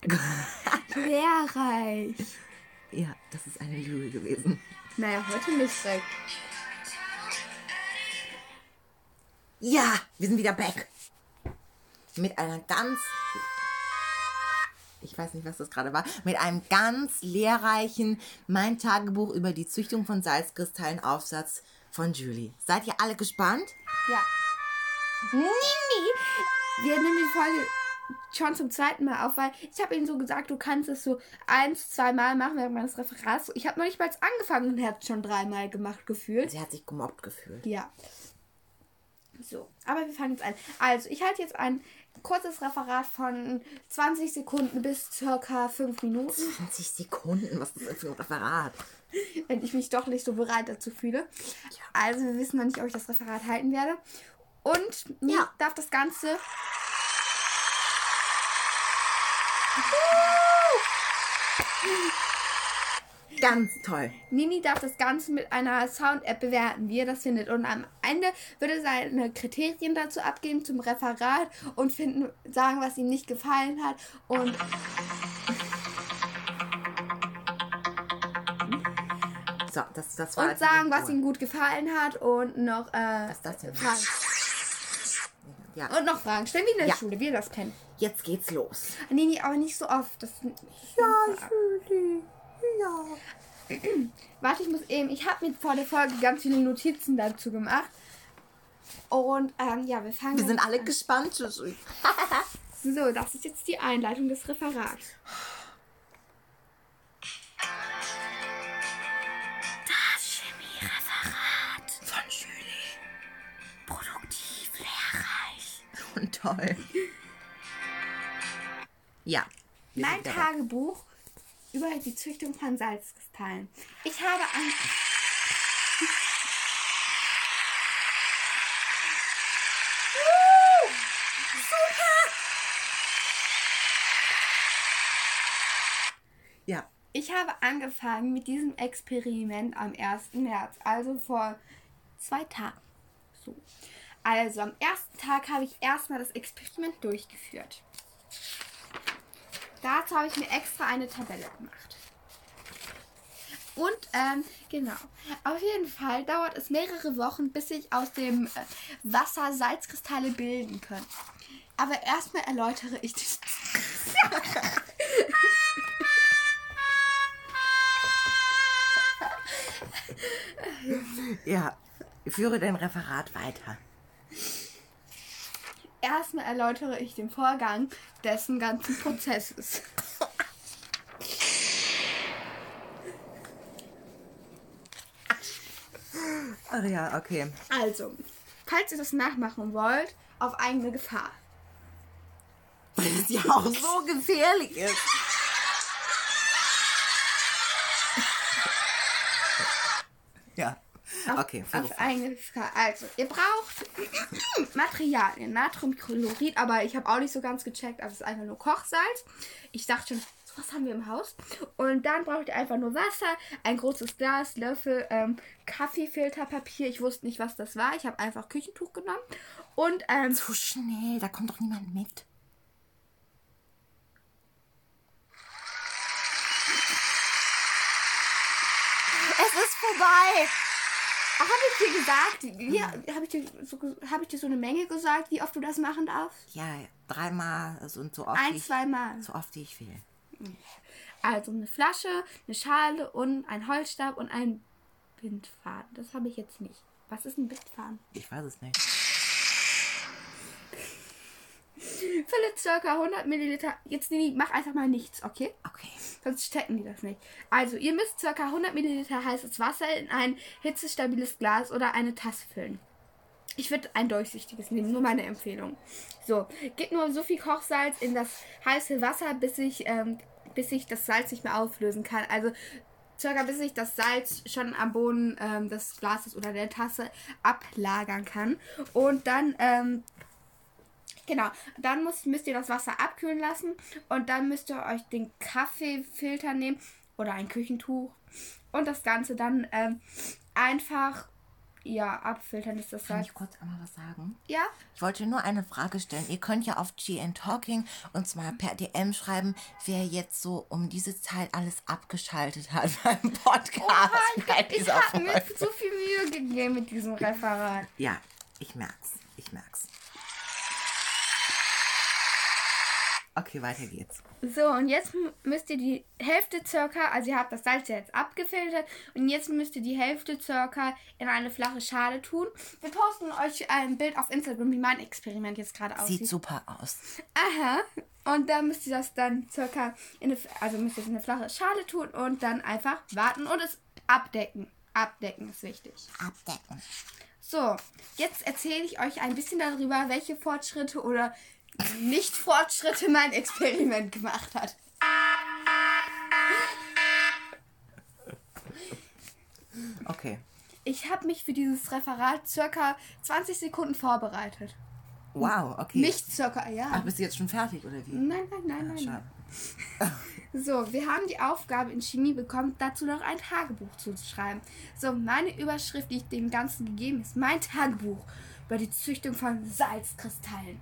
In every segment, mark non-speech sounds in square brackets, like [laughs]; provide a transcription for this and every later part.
[laughs] Lehrreich. Ja, das ist eine Lüge gewesen. Naja, heute nicht direkt. Ja, wir sind wieder back. Mit einer ganz. Ich weiß nicht, was das gerade war. Mit einem ganz lehrreichen Mein Tagebuch über die Züchtung von Salzkristallen Aufsatz von Julie. Seid ihr alle gespannt? Ja. Nini! Wir nehmen die Folge schon zum zweiten Mal auf, weil ich habe ihnen so gesagt, du kannst es so eins, zwei Mal machen während meines Referats. Ich habe noch nicht mal angefangen und er hat schon dreimal gemacht gefühlt. Sie hat sich gemobbt gefühlt. Ja. So, aber wir fangen jetzt an. Also, ich halte jetzt ein kurzes Referat von 20 Sekunden bis circa 5 Minuten, 20 Sekunden, was ist das für ein Referat? wenn ich mich doch nicht so bereit dazu fühle. Also, wir wissen noch nicht, ob ich das Referat halten werde. Und ich Ja. darf das Ganze Ganz toll. Nini darf das Ganze mit einer Sound-App bewerten, wie ihr das findet. Und am Ende würde er seine Kriterien dazu abgeben zum Referat und finden, sagen, was ihm nicht gefallen hat. Und So, das, das war. und also sagen, die was Uhr. ihm gut gefallen hat und noch, äh, Was ist das denn? Fragen. Ja. Und noch Fragen stellen, wie in der Ja. Schule, wie ihr das kennt. Jetzt geht's los. Nini, aber nicht so oft. Das, Oh, Julie. Ja. Warte, ich muss eben. Ich habe mir vor der Folge ganz viele Notizen dazu gemacht. Und ähm, ja, wir fangen. Wir sind jetzt alle an. gespannt, Julie. So, das ist jetzt die Einleitung des Referats. Von Julie. Produktiv, lehrreich. Und toll. Ja. wir Mein sind wieder da. Tagebuch über die Züchtung von Salzkristallen. Ich habe ein. Ja. Ich habe angefangen mit diesem Experiment am 1. März, also vor zwei Tagen. So. Also am ersten Tag habe ich erstmal das Experiment durchgeführt. Dazu habe ich mir extra eine Tabelle gemacht. Und ähm, genau. Auf jeden Fall dauert es mehrere Wochen, bis sich aus dem äh, Wasser Salzkristalle bilden können. Aber erstmal erläutere ich das. Ja. Führe dein Referat weiter. Erstmal erläutere ich den Vorgang dessen ganzen Prozesses. Ach ja, okay. Also, falls ihr das nachmachen wollt, auf eigene Gefahr. Weil es ja auch so gefährlich ist. Ja. Auf, Okay, führe auf fort. eigene Gefahr. Also, ihr braucht [clears throat] Materialien, Natriumchlorid, aber ich habe auch nicht so ganz gecheckt, aber es ist einfach nur Kochsalz. Ich dachte schon, was haben wir im Haus? Und dann braucht ihr einfach nur Wasser, ein großes Glas, Löffel, ähm, Kaffeefilterpapier. Ich wusste nicht, was das war. Ich habe einfach Küchentuch genommen und ähm, So schnell, da kommt doch niemand mit. Es ist vorbei. Habe ich dir gesagt, wie, habe ich, dir so, ge- hab ich dir so eine Menge gesagt, wie oft du das machen darfst? Ja, dreimal also und so oft. wie Ein, ich, zweimal. So oft wie ich will. Also eine Flasche, eine Schale und ein Holzstab und ein Bindfaden. Das habe ich jetzt nicht. Was ist ein Bindfaden? Ich weiß es nicht. Fülle circa 100 Milliliter. Jetzt Nini, mach einfach mal nichts, okay? Okay. Sonst stecken die das nicht. Also ihr müsst circa 100 Milliliter heißes Wasser in ein hitzestabiles Glas oder eine Tasse füllen. Ich würde ein durchsichtiges nehmen, nur meine Empfehlung. So, gebt nur so viel Kochsalz in das heiße Wasser, bis sich ähm, bis sich das Salz nicht mehr auflösen kann. Also circa bis sich das Salz schon am Boden ähm, des Glases oder der Tasse ablagern kann. Und dann, ähm, genau, dann muss, müsst ihr das Wasser abkühlen lassen und dann müsst ihr euch den Kaffeefilter nehmen oder ein Küchentuch und das Ganze dann ähm, einfach ja, abfiltern ist das Kann Salz. ich kurz einmal was sagen? Ja? Ich wollte nur eine Frage stellen. Ihr könnt ja auf GN Talking uns mal per DM schreiben, wer jetzt so um diese Zeit alles abgeschaltet hat [laughs] beim Podcast. bei Ah, ich dieser habe mir Folge. so viel Mühe gegeben mit diesem Referat. Ja, ich merk's. Ich merk's. Okay, weiter geht's. So, und jetzt m- müsst ihr die Hälfte circa, also ihr habt das Salz ja jetzt abgefiltert, und jetzt müsst ihr die Hälfte circa in eine flache Schale tun. Wir posten euch ein Bild auf Instagram, wie mein Experiment jetzt gerade aussieht. Sieht super aus. Aha. Und dann müsst ihr das dann circa in eine, also müsst ihr es in eine flache Schale tun und dann einfach warten und es abdecken. Abdecken ist wichtig. Abdecken. So, jetzt erzähle ich euch ein bisschen darüber, welche Fortschritte oder Nicht-Fortschritte mein Experiment gemacht hat. Okay. Ich habe mich für dieses Referat circa 20 Sekunden vorbereitet. Wow, okay. Nicht circa, Ach, ja. bist du jetzt schon fertig oder wie? Nein, nein, nein, nein. nein. Ah. Schade. So, wir haben die Aufgabe in Chemie bekommen, dazu noch ein Tagebuch zu schreiben. So, meine Überschrift, die ich dem Ganzen gegeben ist, mein Tagebuch über die Züchtung von Salzkristallen.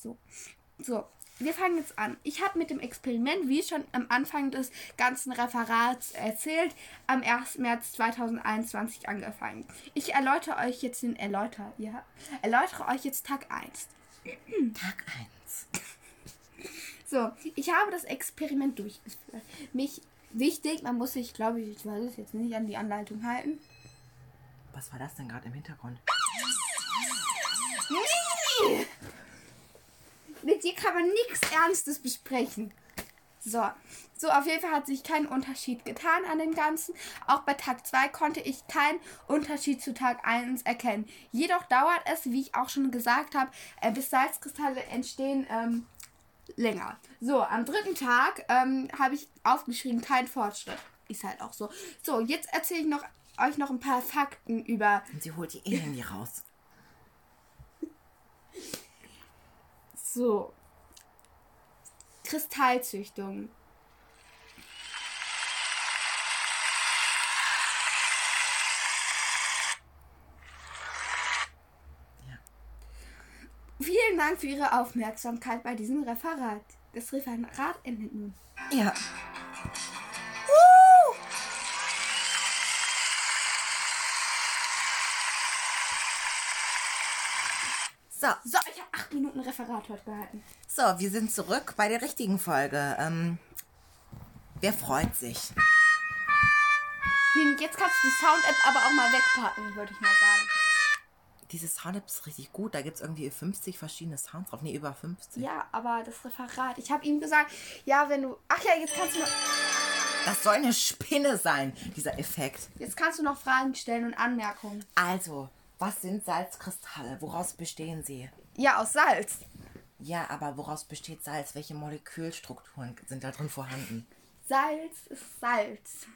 So, so. Wir fangen jetzt an. Ich habe mit dem Experiment, wie schon am Anfang des ganzen Referats erzählt, am 1. März 2021 angefangen. Ich erläutere euch jetzt den Erläuter, ja. Erläutere euch jetzt Tag 1. Tag 1. So, ich habe das Experiment durchgeführt. Mich wichtig, man muss sich, glaube ich, ich weiß es jetzt nicht, an die Anleitung halten. Was war das denn gerade im Hintergrund? Mit dir kann man nichts Ernstes besprechen. So. So, auf jeden Fall hat sich kein Unterschied getan an dem Ganzen. Auch bei Tag 2 konnte ich keinen Unterschied zu Tag 1 erkennen. Jedoch dauert es, wie ich auch schon gesagt habe, äh, bis Salzkristalle entstehen, ähm, länger. So, am dritten Tag ähm, habe ich aufgeschrieben, kein Fortschritt. Ist halt auch so. So, jetzt erzähle ich noch, euch noch ein paar Fakten über Und sie holt die eh nie raus. So. Kristallzüchtung. Ja. Vielen Dank für Ihre Aufmerksamkeit bei diesem Referat. Das Referat endet nun. Ja. So, So, ich habe acht Minuten Referat heute gehalten. so, wir sind zurück bei der richtigen Folge. Ähm, wer freut sich? Lin, Hm, Jetzt kannst du die Sound-App aber auch mal wegpacken, würde ich mal sagen. Diese Sound-App ist richtig gut. Da gibt es irgendwie 50 verschiedene Sounds drauf. Nee, über 50. Ja, aber das Referat. Ich habe ihm gesagt, ja, wenn du. Ach ja, jetzt kannst du, noch, Das soll eine Spinne sein, dieser Effekt. jetzt kannst du noch Fragen stellen und Anmerkungen. Also, was sind Salzkristalle? Woraus bestehen sie? Ja, aus Salz. Ja, aber woraus besteht Salz? Welche Molekülstrukturen sind da drin vorhanden? Salz ist Salz.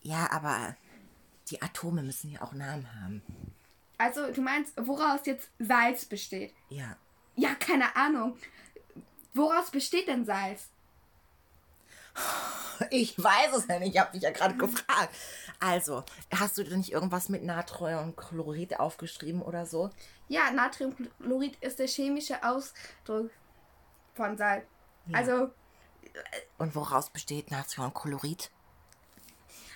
Ja, aber die Atome müssen ja auch Namen haben. Also, du meinst, woraus jetzt Salz besteht? Ja. Ja, keine Ahnung. Woraus besteht denn Salz? Ich weiß es ja nicht, ich habe dich ja gerade gefragt. Also, hast du denn nicht irgendwas mit Natriumchlorid aufgeschrieben oder so? Ja, Natriumchlorid ist der chemische Ausdruck von Salz. Also, Und woraus besteht Natriumchlorid?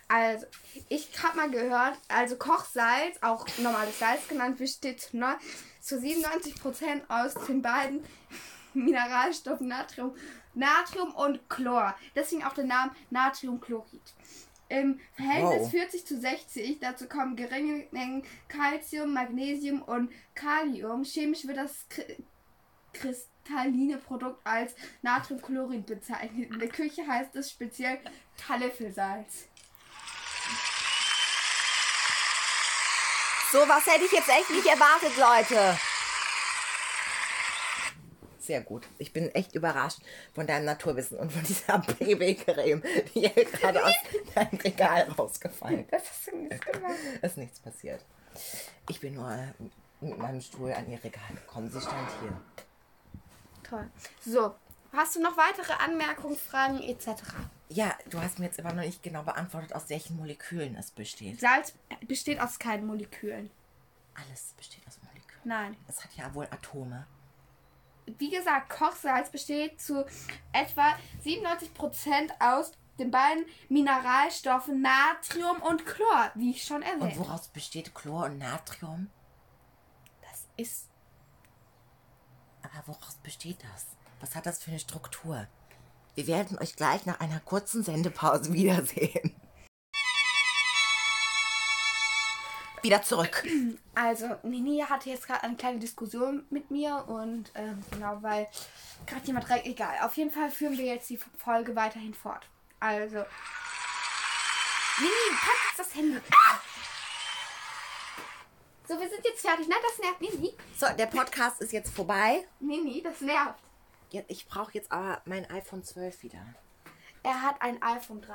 also, ich habe mal gehört, also Kochsalz, auch normales Salz genannt, besteht zu neu- zu 97% aus den beiden Mineralstoffen Natrium, Natrium und Chlor. Deswegen auch der Name Natriumchlorid. Im Verhältnis Wow. 40 zu 60, dazu kommen geringe Mengen Calcium, Magnesium und Kalium. Chemisch wird das kri- kristalline Produkt als Natriumchlorid bezeichnet. In der Küche heißt es speziell Tafelsalz. So was hätte ich jetzt echt nicht erwartet, Leute. Sehr gut. Ich bin echt überrascht von deinem Naturwissen und von dieser [laughs] BB-Creme, die hier gerade aus deinem Regal rausgefallen ist. Das hast du nicht gemacht. ist nichts passiert. Ich bin nur mit meinem Stuhl an ihr Regal gekommen. Sie stand hier. Toll. So, hast du noch weitere Anmerkungen, Fragen etc.? Ja, du hast mir jetzt aber noch nicht genau beantwortet, aus welchen Molekülen es besteht. Salz besteht aus keinen Molekülen. Alles besteht aus Molekülen. Nein. Es hat ja wohl Atome. Wie gesagt, Kochsalz besteht zu etwa 97% aus den beiden Mineralstoffen Natrium und Chlor, wie ich schon Und erwähnt. woraus besteht Chlor und Natrium? Das ist Aber woraus besteht das? Was hat das für eine Struktur? Wir werden euch gleich nach einer kurzen Sendepause wiedersehen. Wieder zurück. Also, Nini hatte jetzt gerade eine kleine Diskussion mit mir und ähm, genau, weil gerade jemand rein. Egal, auf jeden Fall führen wir jetzt die Folge weiterhin fort. Also. Nini, pack jetzt das Handy. Ah! So, wir sind jetzt fertig. Nein, das nervt. Nini, So, der Podcast ist jetzt vorbei. Nini, das nervt. Jetzt, ich brauche jetzt aber mein iPhone 12 wieder. Er hat ein iPhone 3.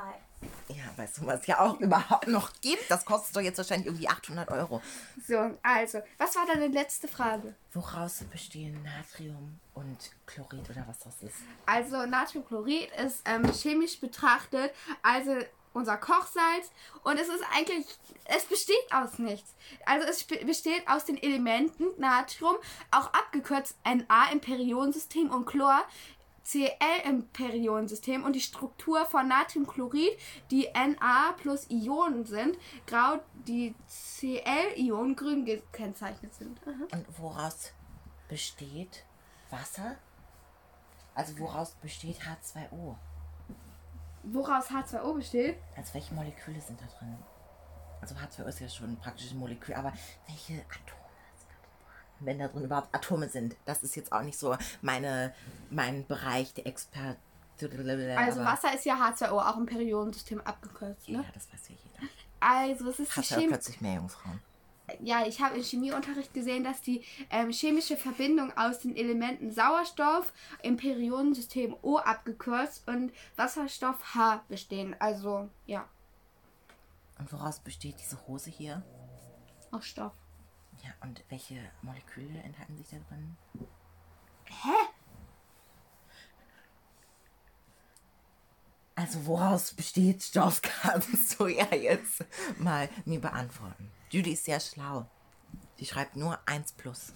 Ja, weißt du, was es ja auch überhaupt noch gibt? Das kostet doch jetzt wahrscheinlich irgendwie 800 Euro. So, also, was war deine letzte Frage? Woraus bestehen Natrium und Chlorid oder was das ist? Also Natriumchlorid ist ähm, chemisch betrachtet, also unser Kochsalz und es ist eigentlich, es besteht aus nichts. Also es spe- besteht aus den Elementen Natrium, auch abgekürzt Na im Periodensystem und Chlor Cl im Periodensystem und die Struktur von Natriumchlorid, die Na plus Ionen sind, grau die Cl-Ionen grün gekennzeichnet sind. Aha. Und woraus besteht Wasser? Also woraus besteht H2O? Woraus H2O besteht? Also welche Moleküle sind da drin? Also H2O ist ja schon praktisch ein Molekül, aber welche Atome? sind da drin? Wenn da drin überhaupt Atome sind, das ist jetzt auch nicht so meine, mein Bereich der Expert. Also aber- Wasser ist ja H2O, auch im Periodensystem abgekürzt. Ne? Ja, das weiß ja jeder. Also es ist die Hast du ja Chemie. plötzlich mehr Jungfrauen. Ja, ich habe im Chemieunterricht gesehen, dass die ähm, chemische Verbindung aus den Elementen Sauerstoff im Periodensystem O abgekürzt und Wasserstoff H bestehen. Also ja, Und woraus besteht diese Hose hier? aus Stoff. Ja, und welche Moleküle enthalten sich da drin? Hä? Also woraus besteht Stoff? [laughs] Kannst du ja jetzt mal mir beantworten. Judy ist sehr schlau. Sie schreibt nur 1 plus.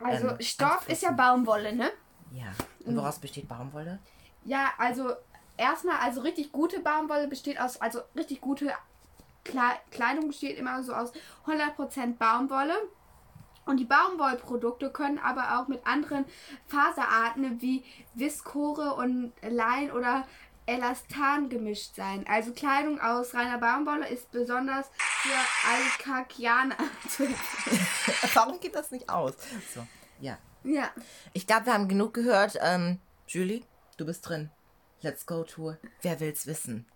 Also Ähm, Stoff ist ja Baumwolle, ne? Ja. Und woraus besteht Baumwolle? Ja, also erstmal, also richtig gute Baumwolle besteht aus, also richtig gute Kle Kleidung besteht immer so aus 100% Baumwolle. Und die Baumwollprodukte können aber auch mit anderen Faserarten wie Viskore und Lein oder Elastan gemischt sein. Also Kleidung aus reiner Baumwolle ist besonders für Alkakianer [laughs] zu [laughs] Warum geht das nicht aus? So, ja. Ja. Ich glaube, wir haben genug gehört. Ähm, Julie, du bist drin. Let's go to Wer will's wissen?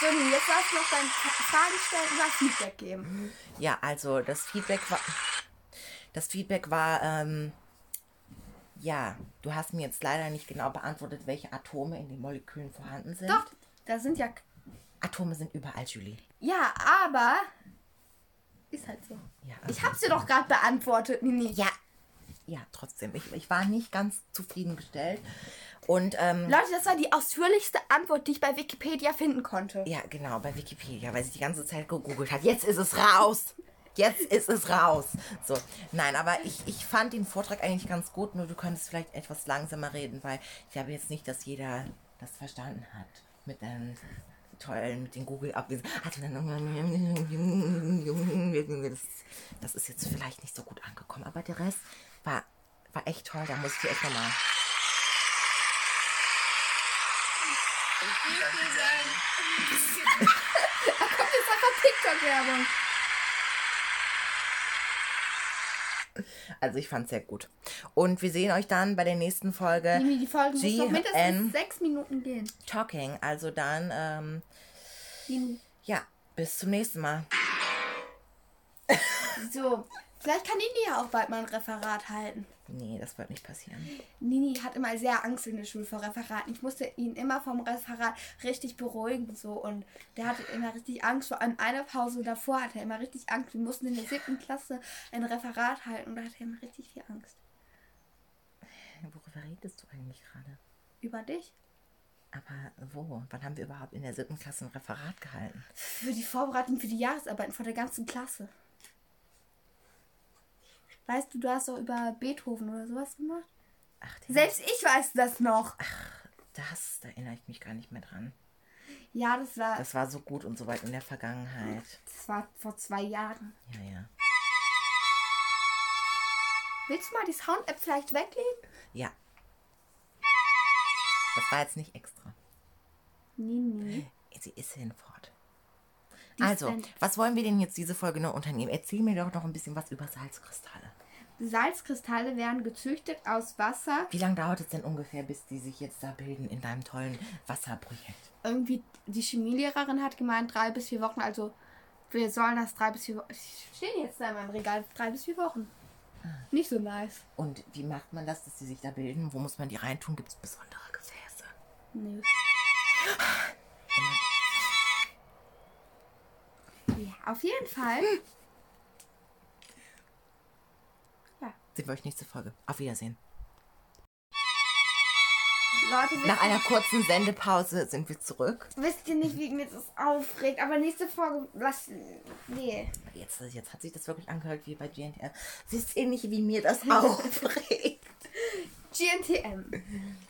So, nun, jetzt darfst du noch deine Fragen stellen und das Feedback geben. Ja, also das Feedback war. Das Feedback war, ähm, ja, du hast mir jetzt leider nicht genau beantwortet, welche Atome in den Molekülen vorhanden sind. Doch, da sind ja Atome sind überall, Julie. Ja, aber. Ist halt so. Ja, Ich hab's dir doch gerade beantwortet, Nini. ja, ja, trotzdem. Ich, ich war nicht ganz zufriedengestellt. Und ähm, Leute, das war die ausführlichste Antwort, die ich bei Wikipedia finden konnte. ja, genau, bei Wikipedia, weil sie die ganze Zeit gegoogelt hat. Jetzt ist es raus! Jetzt ist es raus. So, nein, aber ich, ich fand den Vortrag eigentlich ganz gut, nur du könntest vielleicht etwas langsamer reden, weil ich glaube jetzt nicht, dass jeder das verstanden hat. Mit den tollen, mit den google abwesen Das ist jetzt vielleicht nicht so gut angekommen, aber der Rest war, war echt toll. Da muss ich dir echt nochmal. Kommt jetzt einfach TikTok-Werbung. Also ich fand's sehr gut. Und wir sehen euch dann bei der nächsten Folge Nini, die Folge muss noch mindestens GN sechs Minuten gehen. Talking. Also dann, ähm, Nini. ja, bis zum nächsten Mal. So, Vielleicht kann Nini ja auch bald mal ein Referat halten. Nee, das wird nicht passieren. Nini hat immer sehr Angst in der Schule vor Referaten. Ich musste ihn immer vom Referat richtig beruhigen so und der hatte immer richtig Angst. Vor allem eine Pause davor hatte er immer richtig Angst. Wir mussten in der siebten Klasse ein Referat halten und da hatte er immer richtig viel Angst. Worüber redest du eigentlich gerade? Über dich? Aber wo? Wann haben wir überhaupt in der siebten Klasse ein Referat gehalten? Für die Vorbereitung für die Jahresarbeiten vor der ganzen Klasse. Weißt du, du hast doch über Beethoven oder sowas gemacht. Ach, den- Selbst ich weiß das noch. das, da erinnere ich mich gar nicht mehr dran. Ja, das war, Das war so gut und so weit in der Vergangenheit. das war vor zwei Jahren. Ja, ja. Willst du mal die Sound-App vielleicht weglegen? Ja. Das war jetzt nicht extra. Nee, nee. Sie ist hinfort. Die Also, Sven- was wollen wir denn jetzt diese Folge noch unternehmen? Erzähl mir doch noch ein bisschen was über Salzkristalle. Salzkristalle werden gezüchtet aus Wasser. Wie lange dauert es denn ungefähr, bis die sich jetzt da bilden in deinem tollen Wasserprojekt? Irgendwie, die Chemielehrerin hat gemeint, drei bis vier Wochen. Also, wir sollen das drei bis vier Wochen. Stehen jetzt da in meinem Regal. Drei bis vier Wochen. Nicht so nice. Und wie macht man das, dass die sich da bilden? Wo muss man die reintun? Gibt es besondere Gefäße? Nee. Ja, auf jeden Fall. Ja. Sehen wir euch nächste Folge. Auf Wiedersehen. Leute, wisst Nach einer kurzen Sendepause sind wir zurück. Wisst ihr nicht, wie mir das aufregt, aber nächste Folge, was, nee. Jetzt, jetzt hat sich das wirklich angehört wie bei GNTM. Wisst ihr nicht, wie mir das aufregt? GNTM.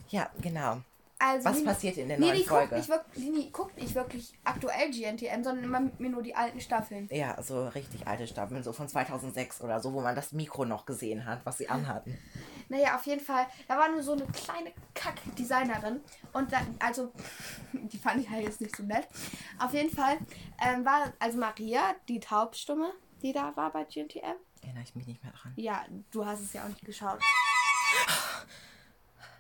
ja, genau. Also, Was Nini- passiert in der Nini neuen Folge? Guckt nicht wirklich, Nini guckt nicht wirklich aktuell GNTM, sondern immer mir nur die alten Staffeln. Ja, so richtig alte Staffeln, so von 2006 oder so, wo man das Mikro noch gesehen hat, was sie anhatten. Naja, auf jeden Fall, da war nur so eine kleine Kack-Designerin. Und da, also, [laughs] die fand ich halt jetzt nicht so nett. Auf jeden Fall ähm, war also Maria, die Taubstumme, die da war bei GNTM. Erinnere ich mich nicht mehr dran. Ja, du hast es ja auch nicht geschaut.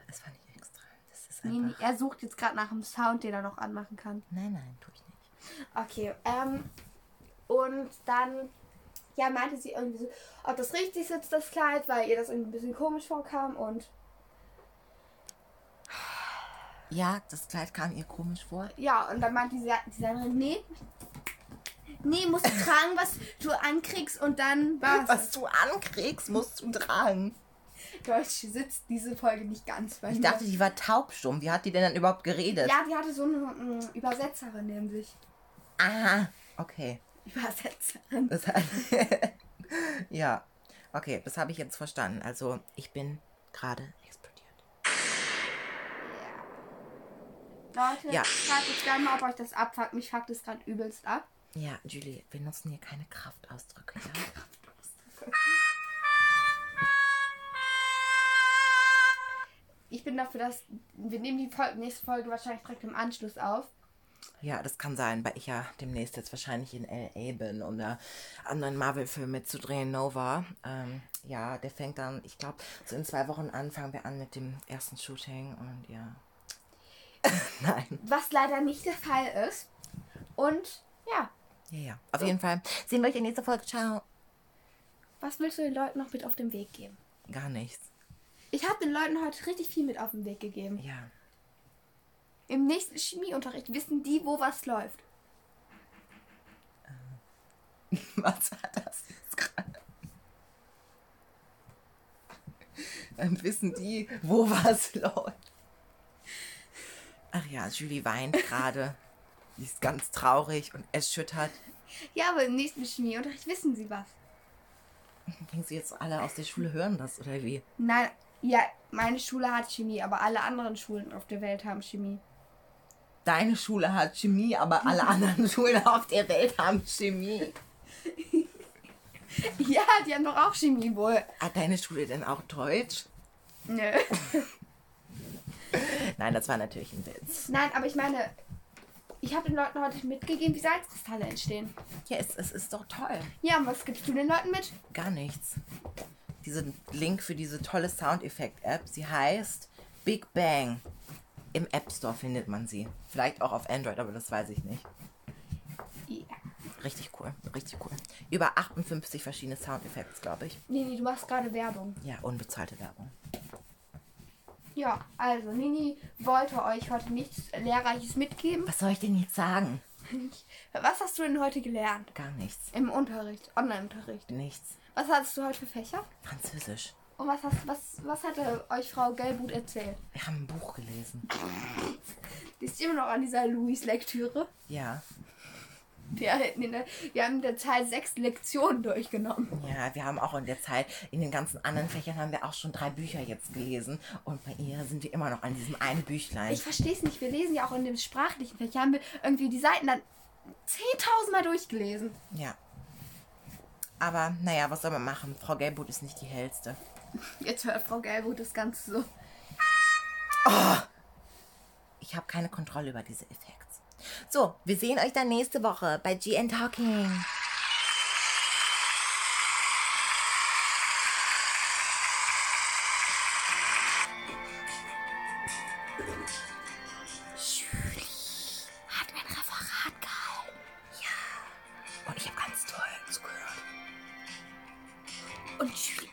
Das war nicht extra. Das ist Nini, einfach. er sucht jetzt gerade nach einem Sound, den er noch anmachen kann. Nein, nein, tue ich nicht. Okay, ähm, und dann, ja, meinte sie irgendwie so, ob das richtig sitzt, das Kleid, weil ihr das irgendwie ein bisschen komisch vorkam und Ja, das Kleid kam ihr komisch vor. ja, und dann meinte die Sa- Designerin, nee, nee, musst du tragen, was du ankriegst und dann war's. Was du ankriegst, musst du tragen. Deutsch sitzt diese Folge nicht ganz bei Ich mir. dachte, die war taubstumm. Wie hat die denn dann überhaupt geredet? ja, die hatte so eine mm, Übersetzerin neben sich. Aha, okay. Übersetzerin. Das [laughs] ja, okay, das habe ich jetzt verstanden. Also, ich bin gerade explodiert. Leute, Ja. schreibt jetzt gerne mal, ob euch das abfuckt. Mich fuckt es gerade übelst ab. Ja, Julie, wir nutzen hier keine Kraftausdrücke. Ja? [laughs] Ich bin dafür, dass wir nehmen die Fol nächste Folge wahrscheinlich direkt im Anschluss auf. ja, das kann sein, weil ich ja demnächst jetzt wahrscheinlich in L.A. bin, um da einen neuen Marvel-Film mitzudrehen, Nova. Ähm, ja, der fängt dann, ich glaube, so in zwei Wochen an, fangen wir an mit dem ersten Shooting und ja. Nein. Was leider nicht der Fall ist. Und ja, Ja, ja. Auf jeden Fall. Sehen wir euch in der nächsten Folge. Ciao. was willst du den Leuten noch mit auf den Weg geben? Gar nichts. Ich habe den Leuten heute richtig viel mit auf den Weg gegeben. Ja. [laughs] Im nächsten Chemieunterricht wissen die, wo was läuft. Was war das jetzt gerade? Dann wissen die, wo [laughs] was läuft. Ach ja, Julie weint gerade. Sie ist ganz traurig und erschüttert. Ja, aber im nächsten Chemieunterricht wissen sie was. Denkst du jetzt alle aus der Schule hören das oder wie? Nein, ja, meine Schule hat Chemie, aber alle anderen Schulen auf der Welt haben Chemie. Deine Schule hat Chemie, aber [laughs] alle anderen Schulen auf der Welt haben Chemie. [laughs] Ja, die haben doch auch Chemie wohl. Hat deine Schule denn auch Deutsch? Nö. Nein, das war natürlich ein Witz. Nein, aber ich meine, ich habe den Leuten heute mitgegeben, wie Salzkristalle entstehen. Ja, es, es ist doch toll. Ja, und was gibst du den Leuten mit? Gar nichts. Diesen Link für diese tolle Soundeffekt-App, sie heißt Big Bang. Im App Store findet man sie. Vielleicht auch auf Android, aber das weiß ich nicht. Ja. Richtig cool, richtig cool. Über 58 verschiedene Soundeffekte, glaube ich. Nini, du machst gerade Werbung. Ja, unbezahlte Werbung. Ja, also Nini wollte euch heute nichts Lehrreiches mitgeben. [laughs] Was soll ich denn jetzt sagen? Was hast du denn heute gelernt? Gar nichts. Im Unterricht, Online-Unterricht. Nichts. Was hattest du heute für Fächer? Französisch. Und was, hast, was, was hatte euch Frau Gelbut erzählt? Wir haben ein Buch gelesen. Die ist immer noch an dieser Louis-Lektüre. Ja. Wir, hätten in der- wir haben in der Zeit sechs Lektionen durchgenommen. Ja, wir haben auch in der Zeit, in den ganzen anderen Fächern haben wir auch schon drei Bücher jetzt gelesen. Und bei ihr sind wir immer noch an diesem einen Büchlein. Ich verstehe es nicht. Wir lesen ja auch in dem sprachlichen Fächer. Haben wir irgendwie die Seiten dann 10.000 Mal durchgelesen. ja. Aber naja, was soll man machen? Frau Gelbut ist nicht die hellste. Jetzt hört Frau Gelbut das Ganze so. Ich habe keine Kontrolle über diese Effekte. So, wir sehen euch dann nächste Woche bei GN Talking. Hat ein Referat gehalten. Und ich habe ganz toll zugehört. Und Julie